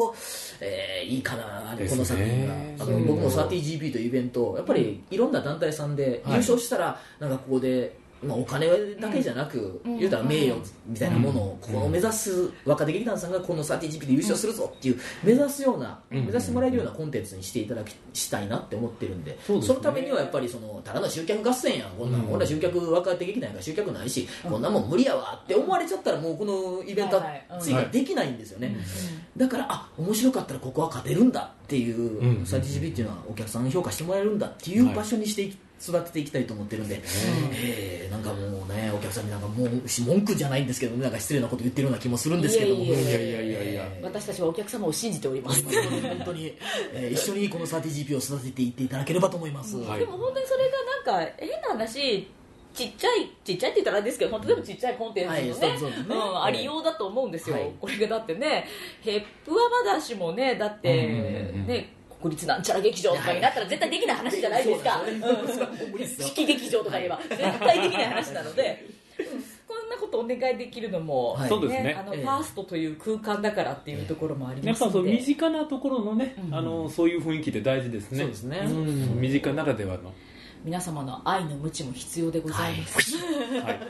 C: えーいいかなあのこの作品が、
D: ですね
C: あ
D: う
C: の
D: ん
C: 僕も 30GP というイベントやっぱりいろんな団体さんで優勝したら、なんかここで。まあ、お金だけじゃなく、
B: うん
C: 言うたら名誉みたいなものをここを目指す若手劇団さんがこの 30GP で優勝するぞっていう目指すような、
D: うん
C: 目指してもらえるようなコンテンツにしていただきしたいなって思ってるんで
D: そうですね
C: のためにはやっぱりそのただの集客合戦やんこんなん、
D: うん
C: 俺ら集客若手劇団やから集客ないし、こんなもん無理やわって思われちゃったらもうこのイベントは
B: はいはいうん
C: 追加できないんですよね、だからあ面白かったらここは勝てるんだっていううんサティジビっていうのはお客さんに評価してもらえるんだっていう
D: はい
C: 場所にしていき育てていきたいと思ってるんで、えーなんかもうねお客さんになんかもうし文句じゃないんですけどねなんか失礼なこと言ってるような気もするんですけども
B: いえいえいえい
D: やいやいやいや
C: えー
B: 私たちはお客様を信じております、
C: 本当に、えー一緒にこの 30GP を育てていっていただければと思います、
D: はい
B: でも本当にそれがなんか変な話ちっちゃいちっちゃいって言ったらあれですけど本当でもちっちゃいコンテンツのね,、
C: はいそうそうそう
B: う
C: ね
B: ん、ありようだと思うんですよ、
C: はい
B: これがだってねヘップはまだしもねだって
D: うんうんうん
B: ね国立なんちゃら劇場とかになったら絶対できない話じゃないですか、
C: そう
B: うん
C: なんですよね無理ですよ
B: 式劇場とか言えば絶対できない話なので、うんこんなことお願いできるのも、
C: はい
D: そうですね
B: あの
C: ええ
B: ファーストという空間だからっていうところもあり
D: や
B: ま
D: っ
B: す
D: ぱ
B: の
D: そう
B: で
D: 身近なところのね、
B: うん
D: あのそういう雰囲気って大事ですね
C: そうですね
D: ん身近ならではの、
B: 皆様の愛の無知も必要でございます、
D: はい、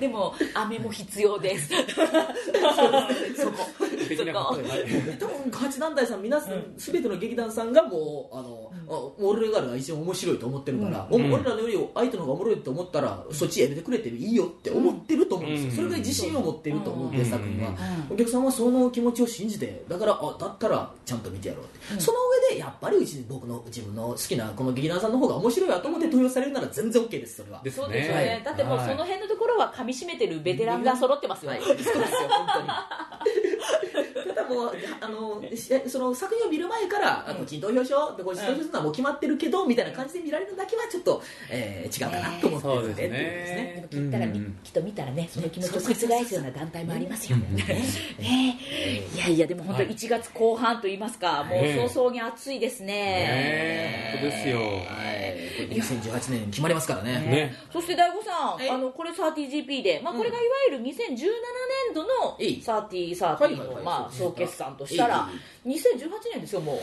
B: でも飴も必要です
C: そこ
D: できなかった です
C: 多分八団体さん皆さん全ての劇団さんがもうあの、あ俺らが一番面白いと思ってるから、
D: うん
C: お俺らのより相手の方が面白いと思ったら、そっちやめてくれていいよって思ってると思うんですよ、
D: うん
C: それぐらい自信を持ってると思うんで
D: うん
C: す、作品は、
B: う
C: お客さんはその気持ちを信じてだからあだったらちゃんと見てやろうって、その上でやっぱりうち僕の自分の好きなこの劇団さんの方が面白いわと思って投票されるなら全然 OK ですそれは。
D: で
B: そ
D: す
B: うですよ
C: は
B: ね、
C: い
B: だってもうその辺のところは噛み締めてるベテランが揃ってますよ、
C: はい、そうですよ、本当に。ただもう、あの、しその作品を見る前から、あこっちに投票しよう、こっちに投票するのはもう決まってるけど、みたいな感じで見られるのだけは、ちょっと、えー違うかなと思ってる
D: そ
C: の
D: う
C: で
D: で
C: ってい
D: す
C: うことです
D: ね
B: でもき
C: ね。
B: ったらみ、きっと見たらねその気持ちを覆すような団体もありますよねねいやいやでも本当
D: はい
B: 1月後半と言いますか、
D: ね
B: もう早々に暑いですね
D: ね本当ですよ
C: はい。これ2018年決まりますからね。
D: ね
B: そして大悟さ
C: はい
B: んあのこれ 30GP で、まあ、これがいわゆる2017年度の
C: えいはいはい
B: 3030
C: は
B: の
C: い
B: まあ総決算としたら2018年ですよも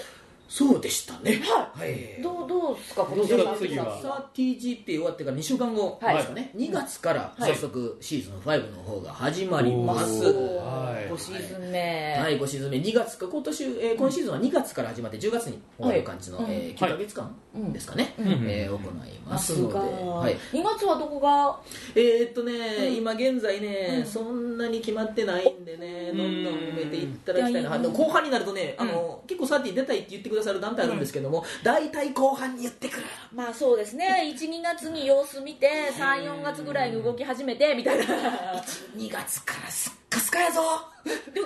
C: そうでしたね。
B: うは
C: はい。
B: どうどうですか今年
D: どうで
B: の
D: すか次は
B: 3030
C: 30GP 終わってから2週間後ですかね、2月から
B: はい
C: 早速シーズン5の方が始まります、
B: おー
D: はい
B: 5シーズン目、
C: はい、5シーズン目2月か今年、えー今シーズンは2月から始まって10月に終わる感じの、
B: はい
C: え
B: うん
C: ー9ヶ月間
B: うん
C: ですかね、
B: うん
C: えー行い
B: あ
C: ます
B: す
C: ので、
B: が、
C: はい、
B: 2月はどこが
C: えーっとね、
B: うん
C: 今現在ね、
B: うん
C: そんなに決まってないんでね、どんどん埋めていったらいきたいな、
B: うん
C: あの後半になるとね、あの結構サーティ出たいって言ってくださる団体あるんですけども、大体後半に言ってくる
B: まあそうですね12月に様子見て34月ぐらいに動き始めてみたいなでも
C: 2月からすっかすかやぞ
B: 逆に言うと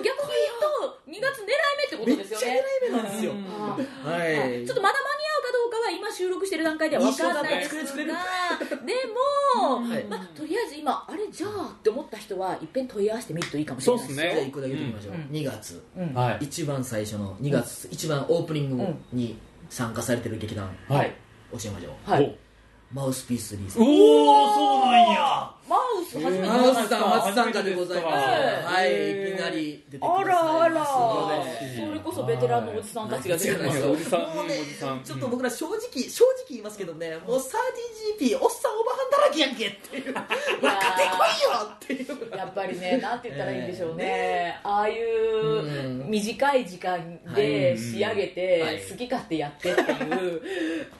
B: 2月狙い目ってこ
C: め
B: と
C: っ
B: です
C: ちゃ
B: よ
C: 狙い
B: ね
C: 目なんですよ、
D: うん
B: あー
C: は
B: はい
C: い
B: ちょっとまだ間に合うかどうかは今収録してる段階では分かんないですが
C: 一緒だね作れる
B: でも、
C: はい
B: まあ、とりあえず今あれじゃあって思った人はいっぺん問い合わせてみるといいかもしれない
D: そうっす
C: じ
D: ね
C: ゃあいくだけ言ってみましょう、
B: うん
C: 2月
B: うん
D: はい
C: 一番最初の2月、一番オープニングに参加されてる劇団、
D: はい
C: 教えましょう
B: はい、
C: マウスピースリーさん
D: おおーそうなんや
B: マウス初めて
C: マウ
B: だ
C: スさん初参加でございますは
D: はいい
C: いきなり出てきてくださ
B: あ
C: い
B: らあら
C: ますので
D: ね
B: それこそベテランのおじさんたちが出てます
D: いやおじさん
C: もうね
D: おじさん
C: ちょっと僕ら正直正直言いますけどねもう 30GP おっさんおばはんだらけやんけっていう若手来いよっていう
B: やっぱりね、なんて言ったらいいんでしょうね、ああいう
C: うん
B: 短い時間
C: は
B: で
C: い
B: 仕上げ
C: はい
B: て、好き勝手やってっていう、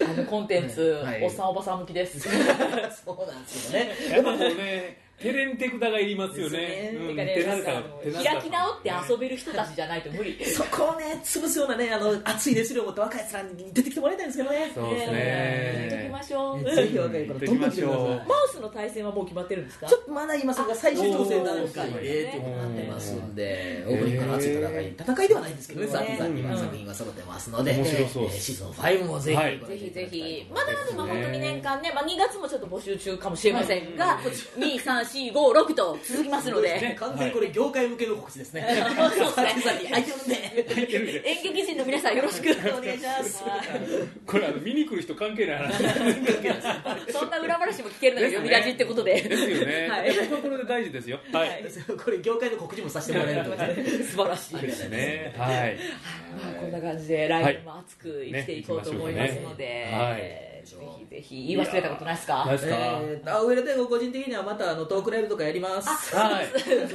B: あのコンテンツ
C: は、い
B: おっさん、おばさん向きです。
C: そうなんですよね
D: やっぱもうねテレンテクダがいりますよね
C: ですね
D: うん
B: て
D: て
B: かね、
D: な
B: なん
D: る
B: か
D: か
B: あ
D: らてな
B: の
D: るから
B: 開き直って遊べる人たちじゃないと無理。
C: そこをね潰すようなねあの熱い熱量を持って若いやつらに出てきてもらいたいんですけどね
D: そうです
B: ね
D: ね
B: 言っときましょう。
C: ぜひ若い子らどんどん来て
D: 行ってきまし
C: ください
D: ょう
B: マウスの対戦はもう決まってるんですか
C: ちょっとまだ今そこが最終調整段階
D: おー
C: でということになってますんで、オープニングから熱い戦い、戦いではないんですけどね、
D: うん
C: さーさんには
B: うん
C: 作品が揃ってますので、
D: 面白そう
C: えーシーズン5もぜひ、
D: はい
B: ぜひぜひ、ま
C: ま
B: だまだまあ本当に年間ね、まあ、2月もちょっと募集中かもしれませんが、2、3、4、5、6と続きますの
D: す
B: で
D: ね、
C: 完全にこれ業界向けの告知ですね。
B: そうですね
C: さーさんに相手を呼んで、
D: 入ってるんで
B: 演劇人の皆さんよろしくお願いします。
D: これあの見に来る人関係ない話
B: そんな裏話も聞けるのが
D: です
B: 呼
D: ね
B: び出しってことで。
D: ですよね。
B: は
D: はいい、僕はこれで大事ですよ。はい。
C: これ業界の告知もさせてもらえるとね。
B: 素晴らしい。
C: で
D: ですす
C: ね
D: ね。はい。
B: まあこんな感じで来年も熱く生きていこうと思いますので、
D: はい
B: えーぜひぜひ言い忘れたことないですか
D: 何？ですか。
C: えー、あ上田大吾個人的にはまたあのトークライブとかやり ます。
D: はい。
B: なんです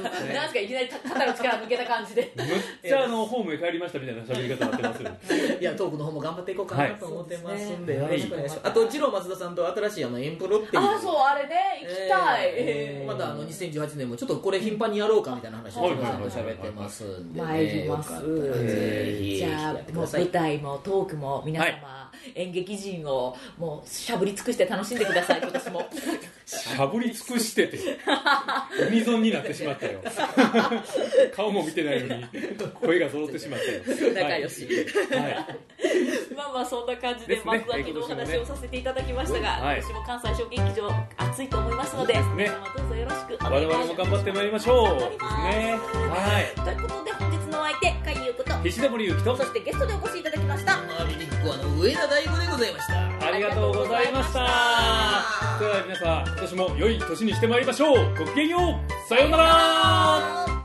B: かいきなり肩の力抜けた 感じで。
D: むっちゃあのホームへ帰りましたみたいな喋り方になって ますよ。
C: いやトークの方も頑張っていこうかなと思ってますん
D: は
C: で、
D: い
C: よろしくお願いします。あと二郎松田さんと新しいあのエンプロっていう。
B: ああそうあれね行きたい。
C: えーまだあの2018年もちょっとこれ頻繁にやろうかみたいな話を
D: はい
C: ちょっと喋ってますんで、ね、
B: 参ります
C: よかったらぜひ
B: じゃあ
C: やってく
B: もう
C: ださい
B: 舞台もトークも皆様、演劇人をもうしゃぶり尽くして楽しんでく ださい今年も
D: しゃぶり尽くしてて、海損になってしまった よ。顔も見てないのに声が揃ってしまったよ。
B: 仲良し
D: はい。はい。
B: まあまあそんな感じ
D: で
B: です
D: ね
B: 幕開きのお話をさせていただきましたが、
D: はい
B: 今年も関西小劇場暑いと思いますので、
D: すね
B: 皆様どうぞよろしくお
D: 我
B: 願いいたしま
D: 々
B: す
D: も頑張ってまいりましょう。
B: 頑張
D: で
B: り
D: すね。
B: ます
D: は
B: ということで本日のお相手海優子と
D: い。岸田森ゆきと
B: そしてゲストでお越しいただきました
C: アビリックはあの上田大吾でございました。
D: ありがとうございました。それでは皆さん、今年も良い年にしてまいりましょう。ごきげんよう。さようなら。
B: あー